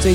最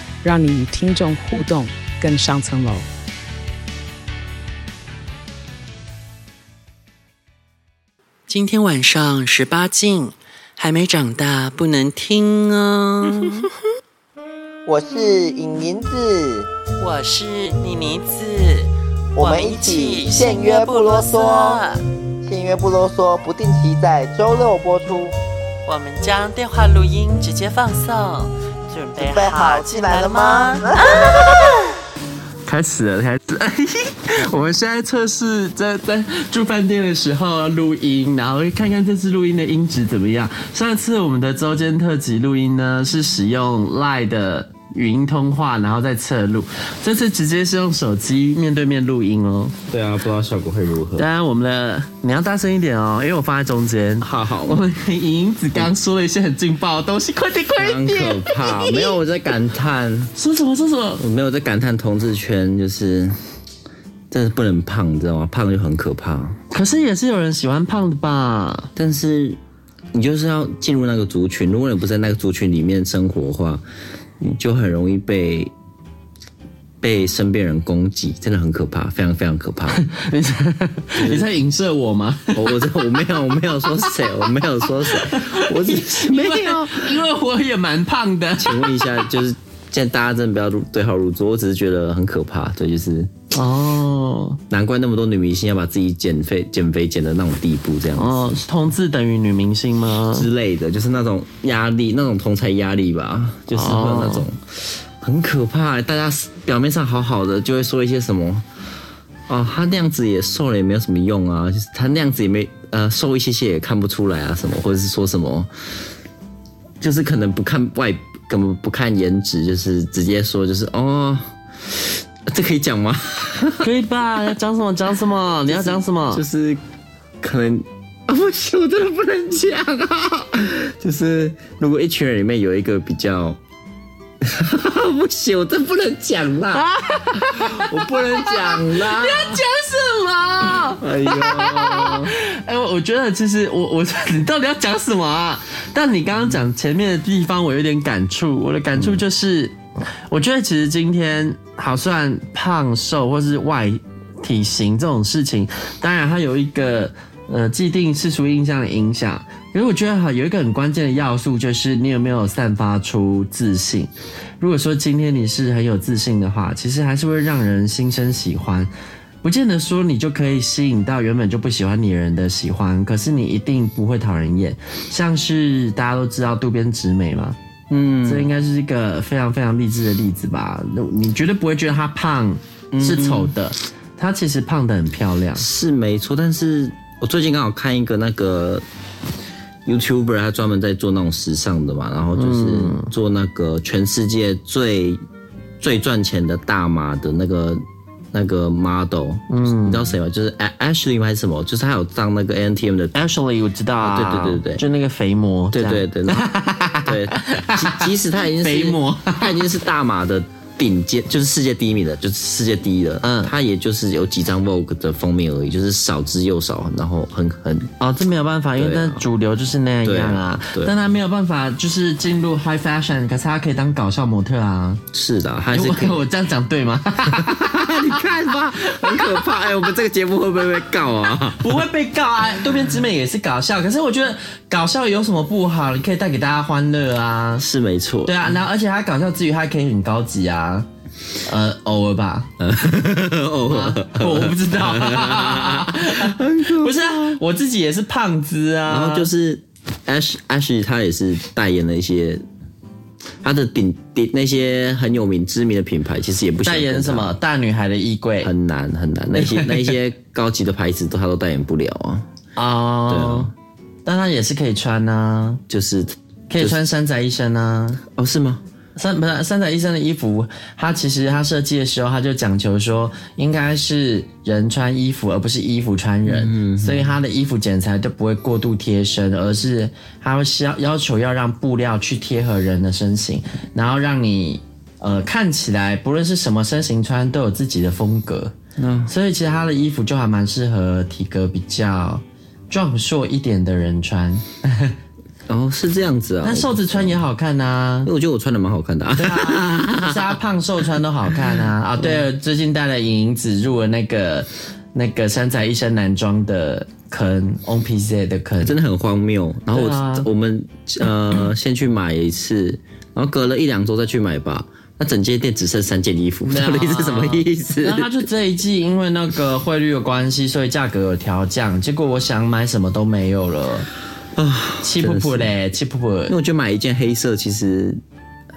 让你与听众互动更上层楼。今天晚上十八禁，还没长大不能听 哦。我是尹银子，我是妮妮子，我们一起限约不啰嗦。签约不啰嗦，不定期在周六播出。我们将电话录音直接放送，准准备好进来了吗？？开始了，开始了。 我们现在测试在在住饭店的时候录音，然后看看这次录音的音质怎么样。上次我们的周间特辑录音呢，是使用 Line 的语音通话，然后再测录。这次直接是用手机面对面录音哦。对啊，不知道效果会如何。当然，我们的你要大声一点哦，因为我放在中间。好好我们银子刚说了一些很劲爆的东西，快点，快很点！可怕，没有我在感叹，说什么？说什么？我没有在感叹同志圈，就是真的不能胖，你知道吗？胖就很可怕。可是也是有人喜欢胖的吧？但是你就是要进入那个族群，如果你不在那个族群里面生活的话，你就很容易被被身边人攻击，真的很可怕，非常非常可怕。你在 你在影射我吗？ 我我我没有我没有说谁，我没有说谁，我只是没有，因为我也蛮胖的。请问一下， 就是现在大家真的不要入对号入座，我只是觉得很可怕，对，就是哦难怪那么多女明星要把自己减肥减肥减的那种地步，这样子、哦，同志等于女明星吗？之类的，就是那种压力，那种同才压力吧，就是会有那种、很可怕、大家表面上好好的，就会说一些什么。哦，他那样子也瘦了也没有什么用啊，就是他那样子也没呃瘦一些些也看不出来啊什么，或者是说什么，就是可能不看外，根本不看颜值，就是直接说就是哦，这可以讲吗？可以吧？要讲什么讲什么？你要讲什么就？是可能啊，不行，我真的不能讲啊。就是如果一群人里面有一个比较， 不行，我真不能讲啦， 我不能讲 啦。讲什么？哎呦，哎、我我觉得其实我 我你到底要讲什么啊？但你刚刚讲前面的地方，我有点感触。我的感触就是，我觉得其实今天好，虽然胖瘦或是外体型这种事情，当然它有一个呃既定世俗印象的影响。可是我觉得哈，有一个很关键的要素就是你有没有散发出自信。如果说今天你是很有自信的话，其实还是会让人心生喜欢。不见得说你就可以吸引到原本就不喜欢你的人的喜欢，可是你一定不会讨人厌。像是大家都知道渡边直美嘛，嗯，这应该是一个非常非常励志的例子吧？你绝对不会觉得她胖嗯是丑的，她其实胖的很漂亮。是没错，但是我最近刚好看一个那个 YouTuber，他专门在做那种时尚的嘛，然后就是做那个全世界最最赚钱的大码的那个那个 model，嗯，你知道谁吗？就是 A- Ashley 吗还是什么？就是他有当那个 ANTM 的 Ashley 我知道啊，哦对对对对就那个肥模，对这对样，对，然后 对，即即使他已经 是肥魔他已经是大马的顶尖，就是世界第一名的，就是世界第一的，嗯嗯，他也就是有几张 Vogue 的封面而已，就是少之又少，然后很很哦，这没有办法，因为对那啊主流就是那对样啊啊。对但他没有办法，就是进入 high fashion，可是他可以当搞笑模特啊。是的，他还是可 以我我这样讲对吗？你看 吧，很可怕，哎、我们这个节目会不会被告啊？不会被告啊。渡边直美也是搞笑，可是我觉得搞笑有什么不好？你可以带给大家欢乐啊。 是没错，对啊，然后而且他搞笑之余，他还可以很高级啊。呃，偶尔吧， 啊偶尔哎我我不知 道，不是啊，我自己也是胖子啊，然后就是 Ash Ash 他也是代言了一些他的顶顶那些很有名知名的品牌，其实也不喜代欢言跟什他么大女孩的衣柜很难很 难，那些那一些高级的牌子都他都代言不了啊，哦，但他也是可以穿啊，就是可以就是穿山寨一身啊，哦是吗？三不是三宅一生的衣服，它其实它设计的时候，它就讲求说应该是人穿衣服，而不是衣服穿人，所以它的衣服剪裁就不会过度贴身，而是它会是要要求要让布料去贴合人的身形，然后让你呃看起来不论是什么身形穿都有自己的风格。嗯，所以其实它的衣服就还蛮适合体格比较壮硕一点的人穿，哦，是这样子啊。但瘦子穿也好看啊呐、因为我觉得我穿的蛮好看的、啊。是啊，胖瘦穿都好看啊！ 啊，对了，最近带了影影子入了那个那个山仔一身男装的坑，OPZ 的坑， 真的很荒谬。然后我、对啊我们 呃先去买一次，然后隔了一两周再去买吧。那整间店只剩三件衣服，对啊到底是什么意思然？后他就这一季因为那个汇率的关系，所以价格有调降，结果我想买什么都没有了，啊，气噗噗嘞，气噗因为噗，我觉得买一件黑色，其实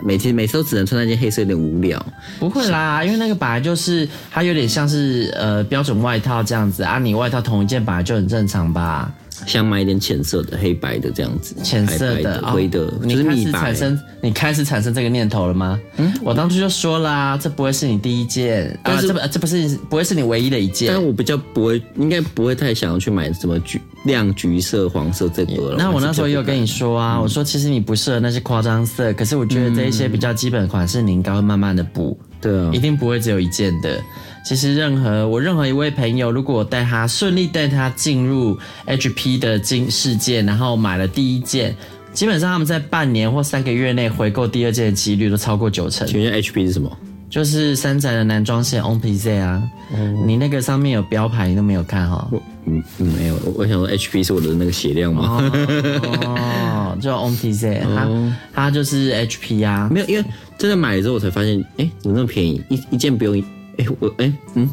每天每次都只能穿那件黑色，有点无聊。不会啦，因为那个本来就是它有点像是呃标准外套这样子啊，你外套同一件本来就很正常吧。想买一点浅色的、黑白的这样子，浅色白白的、的、哦灰的，你就是开米始白产。生你开始产生这个念头了吗？嗯，我当初就说啦，这不会是你第一件，但啊，是这不这不是不会是你唯一的一件但。我比较不会，应该不会太想要去买什么橘、亮橘色、黄色这个了。那我那时候也有跟你，你说嗯啊，我说其实你不适合那些夸张色，可是我觉得这一些比较基本款式，你应该会慢慢的补，对啊一，定不会只有一件的。其实任何我任何一位朋友，如果我带他顺利带他进入 HP 的进世界，然后买了第一件，基本上他们在半年或三个月内回购第二件的几率都超过九成。请问一下 HP 是什么？就是三宅的男装线 On PZ 啊，哦你那个上面有标牌，你都没有看哈、哦。嗯，嗯没有，我我想说 HP 是我的那个血量嘛，哦， 就 On PZ，它、它就是 HP 啊。 没有，因为真的买了之后我才发现，哎、怎么那么便宜？一一件不用一，哎、我哎、嗯，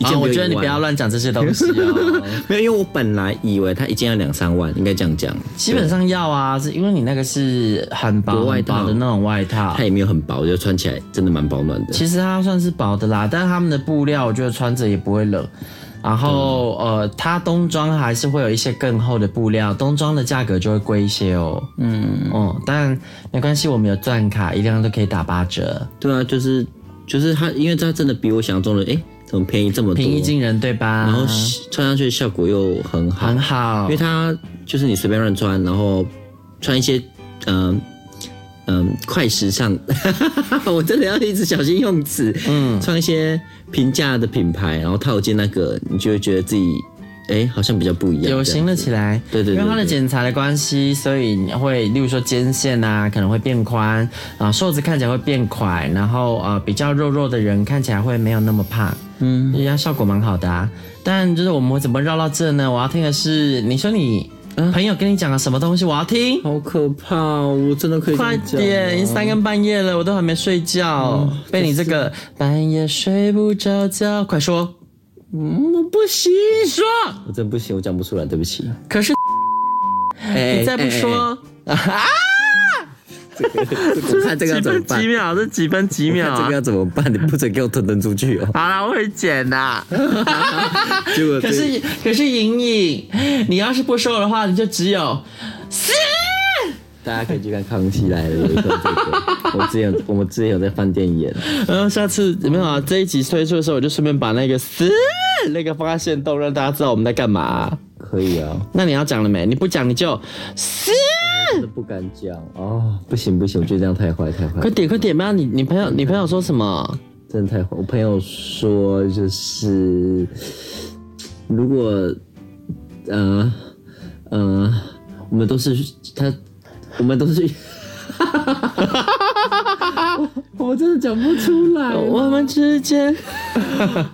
一啊，件不用我觉得你一万不要。乱讲这些东西 哦。没有，因为我本来以为它一件要两三万，应该这样讲。基本上要啊，是因为你那个是很薄薄外很套薄的那种外套它。也没有很薄，就穿起来真的蛮保暖的。其实它算是薄的啦，但是他们的布料我觉得穿着也不会冷。然后呃，它冬装还是会有一些更厚的布料，冬装的价格就会贵一些哦。嗯哦，但没关系，我们有钻卡，一辆都可以打八折，对啊，就是就是它，因为它真的比我想象中的，哎、怎么便宜这么多？平易近人对吧？然后穿上去的效果又啊很嗯好，很好因为，它就是你随便乱穿，然后穿一些嗯嗯、快时尚， 我真的要一直小心用词，嗯，穿一些平价的品牌，然后套进那个，你就会觉得自己哎、好像比较不一样，有型了这样子起来。对对对因为它的对剪裁的关系，所以你会，例如说肩线啊，可能会变宽啊，瘦子看起来会变宽，然后呃，比较肉肉的人看起来会没有那么胖，嗯，人家效果蛮好的啊。但就是我们怎么绕到这呢？我要听的是，你说你、嗯朋友跟你讲了什么东西，我要听，好可怕、哦，我真的哦可以快这样讲点，已经三更半夜了，我都还没睡觉，被你这个半夜睡不着觉，快说，嗯我不行，说，我真不行，我讲不出来，对不起。可 是哎你再不说。我看这个要怎么办？几秒？这几分几秒、啊我看这个？要怎么办？你不准给我吞吞出去哦！好啦，我会剪的。 结 果可是可是莹莹，你要是不说的话，你就只有死。大家可以去看《康熙来了》有一段这个，我之前有我们之前有在饭店演，然后下次没有啊，这一集推出的时候，我就顺便把那个死那个放在线动，让大家知道我们在干嘛、可以啊，那你要讲了没？你不讲你就死。真的不敢讲哦，不行不行，我觉得这样太坏太坏快，点快点，不要你你朋友你朋友说什么？真的太坏。我朋友说就是，如果呃呃，我们都是他，我们都是。 我我真的讲不出来了，我们之 间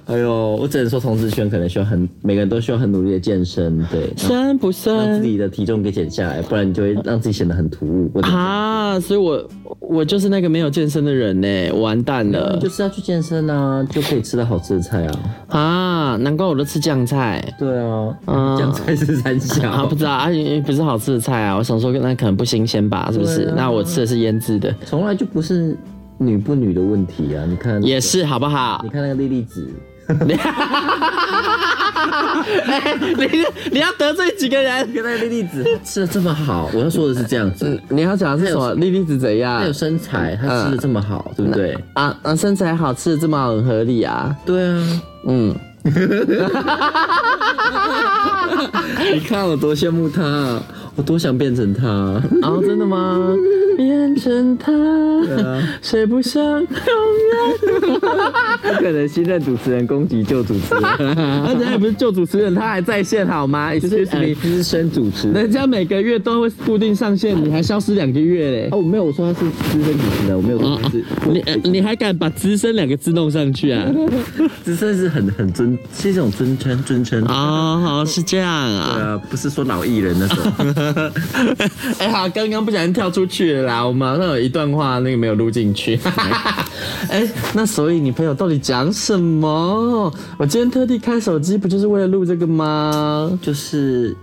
哎呦，我只能说，同志圈可能需要很，每个人都需要很努力的健身，对，然后算不让算自己的体重给减下来，不然你就会让自己显得很突兀。我啊？所以我我就是那个没有健身的人呢、完蛋了你就是要去健身啊，就可以吃到好吃的菜啊。啊！难怪我都吃酱菜。对啊，嗯这样才是三 小。啊，不知道啊，因为不是好吃的菜啊。我想说，那可能不新鲜吧，是不是？对啊那我吃的是腌制的，从来就不是女不女的问题啊。你看，也，是好不好啊 你？看那个莉莉子，哎你你要得罪几个人？原来莉莉子吃的这么好，我要说的是这样子，嗯你要讲的是什么？莉莉子怎样嗯她有？身材，她吃的这么好，对不对？啊啊，身材好，吃的这么好，很合理啊。对啊，嗯，你看我多羡慕她，我多想变成啊她。然哦后真的吗？变成他，啊谁不想永远？ 不可能新任主持人攻击旧主持人，而且他也不是旧主持人，他还在线好吗？Excuse 呃 me，资深主持人。人家每个月都会固定上线，你还消失两个月嘞哦，。我没有说他是资深主持人，我没有说他是。你呃你还敢把“资深”两个字弄上 去啊？只算是很很尊，是一种尊称尊称。哦，好是这样啊。呃，不是说老艺人那种， 哎、好，刚刚不小心跳出去了啦，我们好像有一段话那个没有录进去。 哎、那所以你朋友到底讲什么？我今天特地开手机，不就是为了录这个吗？就是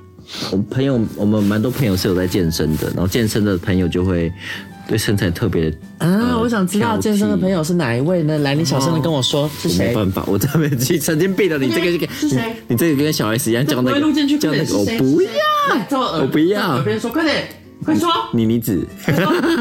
我朋友，我们蛮多朋友是有在健身的，然后健身的朋友就会对身材特别的啊，我想知道健身的朋友是哪一位呢？来，你小声的跟我说是没谁？办法，我这边去神经病了，你这个这个，你这个跟小 S 一样叫那个叫那个，我不要，要，我不要耳边说，快点，快说，你妮子，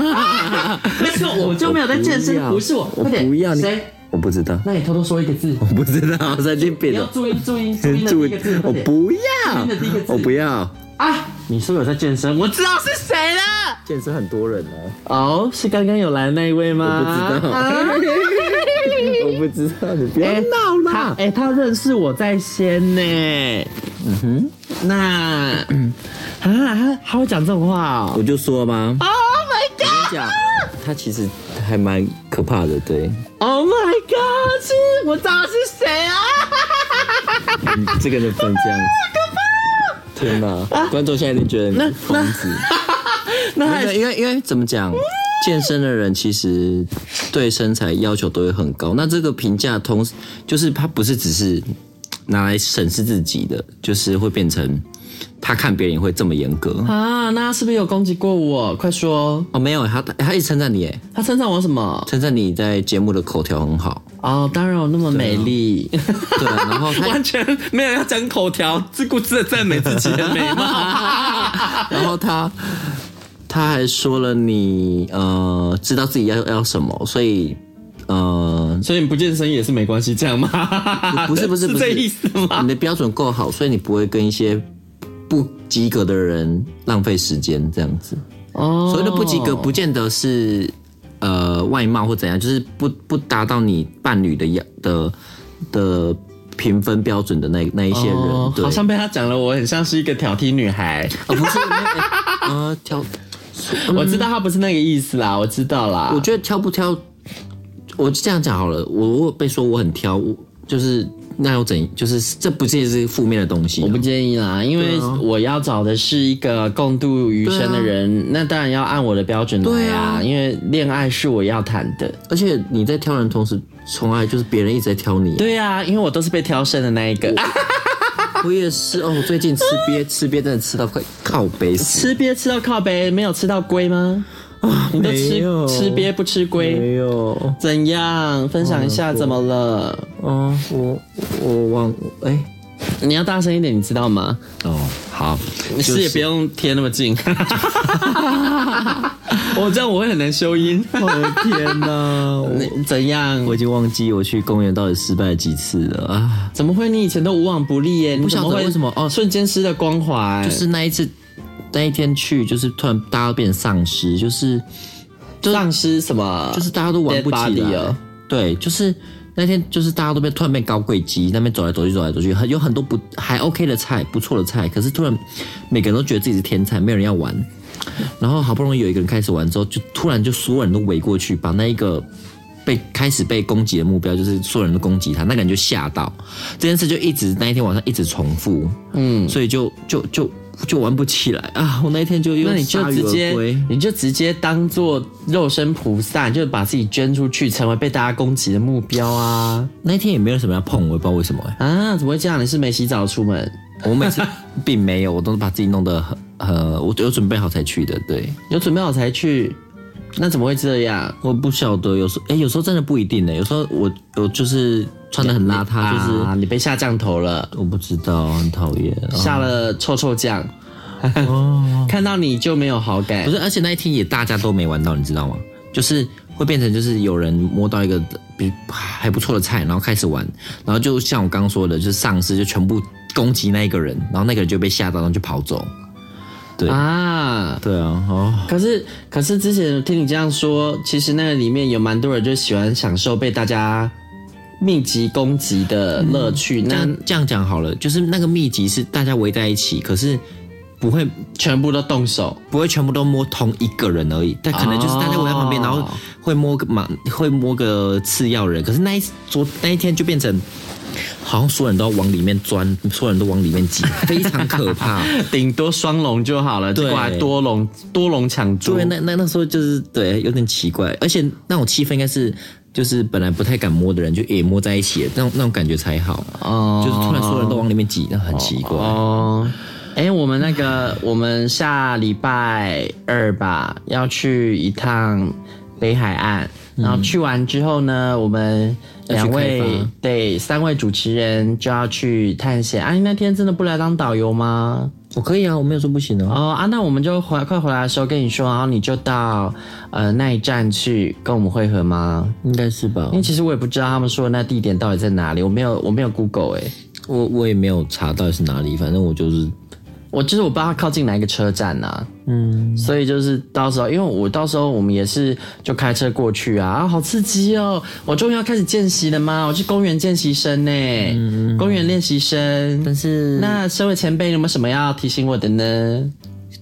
快说，我就没有在健身，不是我，我快点不要你谁？，我不知道，那你偷偷说一个字，我不知道，神经病你要了，注意注意注意那第一个字，快我点不注意那第一个要，字我不要，啊！你是不是有在健身？我知道是谁了。健身很多人哦，哦，是刚刚有来的那一位吗？我不知道啊我不知道，你不要哎闹他啦，哎、他认识我在先呢。嗯哼，那啊，他他会讲这种话我哦。就说嘛， Oh my god! 我跟你讲，他其实还蛮可怕的，对， Oh my god! 是，我知道是谁啊！这个人分这样子，哦天哪，观众现在一定觉得你是疯子。啊那 还因为因为因为怎么讲，健身的人其实对身材要求都会很高。那这个评价同时就是他不是只是拿来审视自己的，就是会变成他看别人也会这么严格。啊，那他是不是有攻击过我？快说，哦，没有，他他一直称赞你，哎，他称赞我什么？称赞你在节目的口条很好，哦，当然我那么美丽，对啊，然后 他完全没有要讲口条，自顾自的赞美自己的美貌。然后他他还说了你呃知道自己要要什么，所以呃 所以你不健身也是没关系，这样吗？不是不是不是这意思吗？你的标准够好，所以你不会跟一些不及格的人浪费时间这样子。哦所谓的不及格，不见得是呃外貌或怎样，就是不不达到你伴侣的要的的评分标准的那那一些人，哦对，好像被他讲了，我很像是一个挑剔女孩。哦不是没有哎呃挑，我知道他不是那个意思啦，嗯我知道啦。我觉得挑不挑，我就这样讲好了。我如果被说我很挑，我就是那又怎？就是这不是也是负面的东西啊、我不介意啦，因为我要找的是一个共度余生的人，那当然要按我的标准来对啊。啊因为恋爱是我要谈的，而且你在挑人的同时，从来就是别人一直在挑你。对啊，因为我都是被挑剩的那一个。啊我也是哦，我最近吃鳖，吃鳖真的吃到快靠背死。吃鳖吃到靠背，没有吃到龟吗？你都吃啊没有吃鳖不吃没龟，有怎样？分享一下怎么了？哦，我我忘哎、你要大声一点，你知道吗？哦好，你是也不用贴那么近， 我这样我会很难修音。我的天哪！我 你怎样？嗯我已经忘记我去公园到底失败了几次了啊！怎么会？你以前都无往不利耶，你不怎晓得么会为什么哦瞬间失了光环，就是那一次，那一天去，就是突然大家都变成丧尸，就是丧失什么？就是大家都玩不起啊 Dead body 来。哦对，就是那天就是大家都被突然变高贵鸡，那边走来走去走来走去，很有很多不还 OK 的菜，不错的菜，可是突然每个人都觉得自己是天才，没有人要玩。然后好不容易有一个人开始玩之后，就突然就所有人都围过去，把那一个被开始被攻击的目标，就是所有人都攻击他，那个人就吓到。这件事就一直那一天晚上一直重复，嗯，所以就就就就玩不起来啊！我那一天就又那你就铩羽直而接归，你就直接当做肉身菩萨，就是把自己捐出去，成为被大家攻击的目标啊！那一天也没有什么要碰，我也不知道为什么、欸啊，怎么会这样？你是没洗澡出门，我每次并没有，我都是把自己弄得很呃，我有准备好才去的。对，有准备好才去。那怎么会这样？我不晓得，有时候哎、有时候真的不一定呢、有时候我我就是穿的很邋遢，就是、啊，你被下降头了，我不知道，很讨厌。啊下了臭臭酱，哦 看到你就没有好感不。是，而且那一天也大家都没玩到，你知道吗？就是会变成就是有人摸到一个比还不错的菜，然后开始玩，然后就像我刚刚说的，就是丧尸就全部攻击那一个人，然后那个人就被吓到，然后就跑走。对啊，对啊，哦，可是可是之前听你这样说，其实那个里面有蛮多人就喜欢享受被大家密集攻击的乐趣，这那样这样讲好了，就是那个秘籍是大家围在一起，可是不会全部都动手。不会全部都摸同一个人而已，但可能就是大家围在旁边，哦然后会摸个嘛，会摸个次要人。可是那一昨那一天就变成，好像所有人都要往里面钻，所有人都往里面挤，非常可 怕。顶多双龙就好了，对结果还多龙多龙抢珠对，。那那那时候就是对，有点奇怪，而且那种气氛应该是就是本来不太敢摸的人就也摸在一起了，那种那种感觉才好。哦就是突然所有人都往里面挤，那很奇怪。哦，哎、我们那个，我们下礼拜二吧，要去一趟北海岸，然后去完之后呢，我们要去两位开发对三位主持人就要去探险。啊，你那天真的不来当导游吗？我可以啊，我没有说不行啊。哦啊，那我们就回快回来的时候跟你说，然后你就到呃那一站去跟我们会合吗？应该是吧因为其实我也不知道他们说的那地点到底在哪里，我没有我没有 Google 哎、我我也没有查到底是哪里，反正我就是我就是我不知道它靠近哪一个车站呐、嗯，所以就是到时候，因为我到时候我们也是就开车过去啊，啊，好刺激哦！我终于要开始见习了吗？我是公园见习生呢、公园练习生。嗯但是，那身为前辈，你有没有什么要提醒我的呢？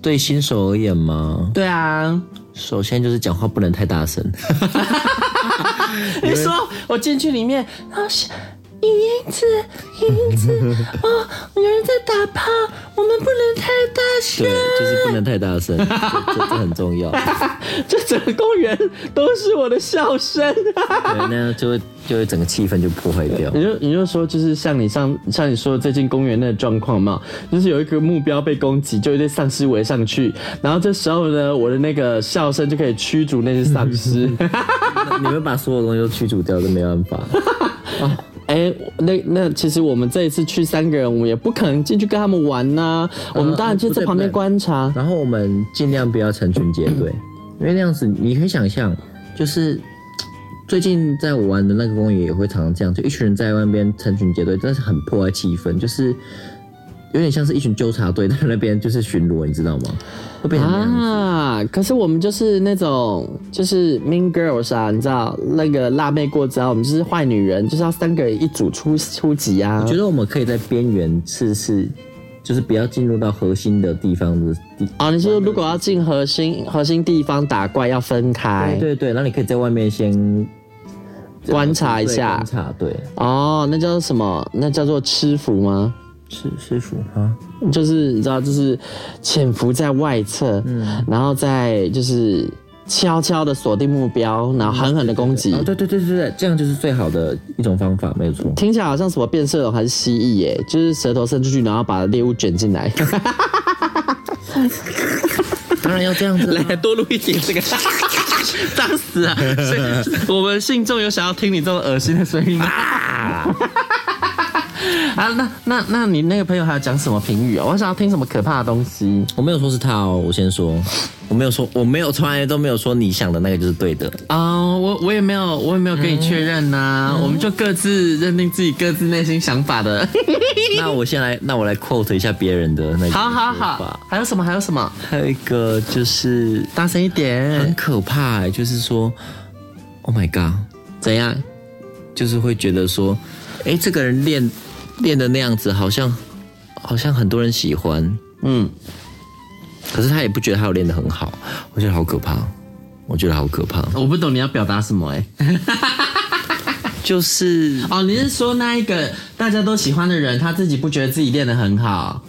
对新手而言嘛，对啊，首先就是讲话不能太大声，你说我进去里面，啊是影英子，影英子， 哦，有人在打炮，我们不能太大声 对，。就是不能太大声， 这这这很重 要。对，这整个公园都是我的笑声。那样就会就会整个气氛就破坏掉。你就你就说，就是像你上像你说最近公园那个状况嘛，就是有一个目标被攻击，就有一堆丧尸围上去，然后这时候呢，我的那个笑声就可以驱逐那嗯些丧尸。你们把所有东西都驱逐掉，就没办法。哎、那那其实我们这一次去三个人，我们也不可能进去跟他们玩嗯呐、我们当然就在旁边观察。然后我们尽量不要成群结队，因为那样子你可以想象，就是最近在我玩的那个公园也会常常这样，就一群人在外边成群结队，但是很破坏气氛，就是有点像是一群纠察队在那边就是巡逻，你知道吗？会变成那样子。啊！可是我们就是那种就是 Mean Girls 啊，你知道那个辣妹过招，我们就是坏女人，就是要三个人一组出出击啊。我觉得我们可以在边缘试试，就是不要进入到核心的地方的地。哦，你是说如果要进核心核心地方打怪要分开对对对，那你可以在外面先观察一下观察对，哦，那叫做什么？那叫做吃服吗？师师傅啊，就是你知道，就是潜伏在外侧，然后再就是悄悄的锁定目标，然后狠狠的攻击。哦对对对对对，这样就是最好的一种方法，没有错。听起来好像什么变色龙还是蜥蜴耶，就是舌头伸出去，然后把猎物卷进来。当然要这样子啦，来多录一点这个，脏死啊！我们信众有想要听你这种恶心的声 音吗？啊，那那那你那个朋友还要讲什么评语啊、我想要听什么可怕的东西我没有说是他哦，我先说，我没有说，我没有从来都没有说你想的那个就是对的。啊、我我也没有，我也没有跟你确认呐、我们就各自认定自己各自内心想法的。那我先来，那我来 quote 一下别人的那个好好说法好，还有什么？还有什么？还有一个就是大声一很点，可怕、欸，就是说，Oh my god，怎样？就是会觉得说，哎、这个人练练的那样子，好像好像很多人喜欢，嗯，可是他也不觉得他有练得很好，我觉得好可怕，我觉得好可怕，我不懂你要表达什么哎、就是哦，你是说那一个大家都喜欢的人，他自己不觉得自己练得很好？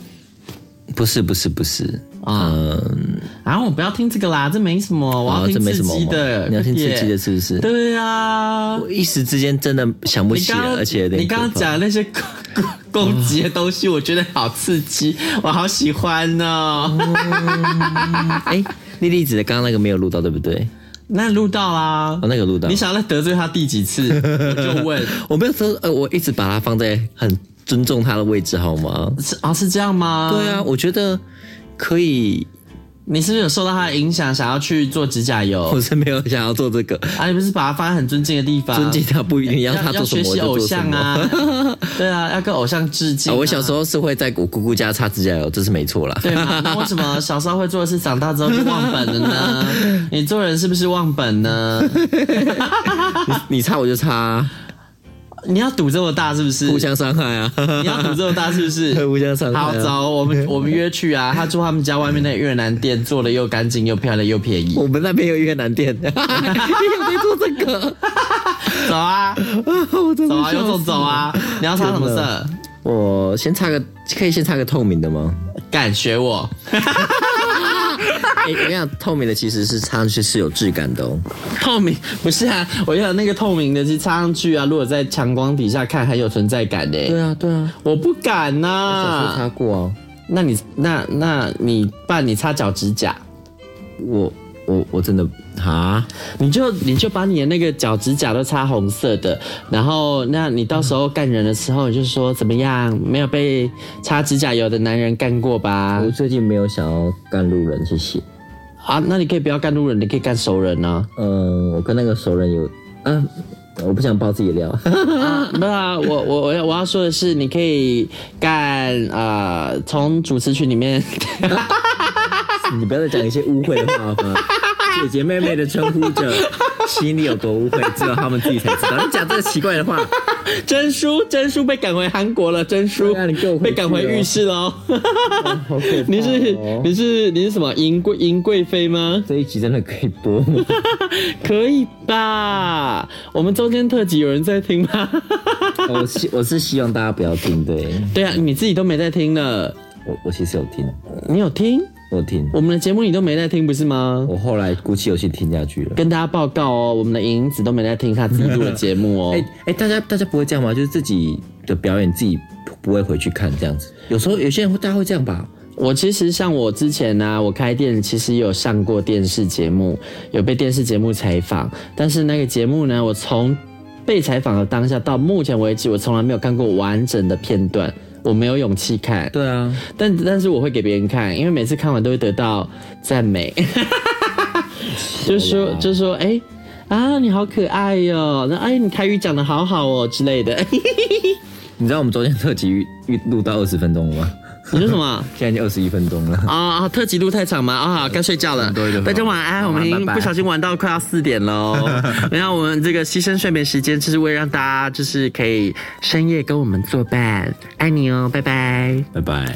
不是不是不是，啊嗯，啊，我不要听这个啦，这没什么，我要啊听这没刺什么激的，嘛你要听快刺点激的，是不是？对啊。我一时之间真的想不你起刚来，刚而且有点你刚刚可怕讲的那些 攻攻攻击的东西，我觉得好刺激，我好喜欢哦。哎，丽丽子的刚刚那个没有录到，对不对？那录到啦哦，。那个录到你，想要再得罪他第几次？我就问，我没有说，呃，我一直把它放在很尊重他的位置，好吗？是啊，是这样吗？对啊，，我觉得可以， 你是不是有受到他的影响，想要去做指甲油我？是没有想要做这个，啊，你不是把他放在很尊敬的地方，尊敬他不一定啊要他做什么学我习就偶做什像么。啊， 对啊，要跟偶像致敬、啊，啊。我小时候是会在我姑姑家擦指甲油，这是没错啦。对嘛？那为什么小时候会做的事，长大之后就忘本了 呢？你做人是不是忘本呢？ 你擦我就擦啊，你要赌这么大是不是？互相伤害 啊！你要赌这么大是不是？ 互相伤害、啊。好，走，我们我们约去啊！他住他们家外面那个越南店，做的又干净又漂亮又便宜。我们那边有越南 店，你有在做这个？走啊， 我真走的啊，有笑种死走啊！你要擦什么色？我先擦个，可以先擦个透明的吗？敢学我？哎、我跟你讲，透明的其实是擦上去是有质感的哦。透明不是啊，我要那个透明的去擦上去啊！如果在强光底下看，很有存在感的、欸啊，对啊，我不敢呐、我小时候擦过啊。那你那那你爸你擦脚趾甲，我我我真的啊，你就你就把你的那个脚趾甲都擦红色的，然后那你到时候干人的时候，你就说怎么样？没有被擦指甲油的男人干过吧我？最近没有想要干路人，谢谢。啊，那你可以不要干路人，你可以干熟人啊。嗯，我跟那个熟人有，嗯、我不想爆自己的料。 啊，没有啊，我我我要我要说的是，你可以干呃，从主持群里面你不要再讲一些污秽的话好吗？姐姐妹妹的称呼着，心里有多污秽，只有他们自己才知道。你讲这个奇怪的话，真叔，真叔被赶回韩国了，真叔、对啊你给我回去哦被赶回浴室喽。好可怕、哦！你是哦你是你是什么银贵银贵妃吗？这一集真的可以播吗？可以吧？我们中间特辑有人在听吗？我希我是希望大家不要听，对对啊，你自己都没在听了，我我其实有听，你有听我有听，我们的节目，你都没在听不是吗？我后来鼓起勇气听下去了。跟大家报告哦，我们的银子都没在听他自己录的节目哦。哎、哎、大家大家不会这样吗？就是自己的表演自己不会回去看这样子。有时候有些人会大家会这样吧？我其实像我之前呢、我开店其实也有上过电视节目，有被电视节目采访，但是那个节目呢，我从被采访的当下到目前为止，我从来没有看过完整的片段，我没有勇气看。对啊，但但是我会给别人看，因为每次看完都会得到赞美，啊就说就说哎。啊，你好可爱哟、那哎，你台语讲的好好哦之类的。你知道我们昨天特辑预预录到二十分钟了吗？你说什么？ 现在已经二十一分钟了。 啊、啊！特辑录太长嘛啊、该睡觉了。呃对对大家晚安。好我们已经拜拜不小心玩到快要四点喽。 然后我们这个牺牲睡眠时间，就是为了让大家就是可以深夜跟我们作伴。爱你哦，拜拜。拜拜。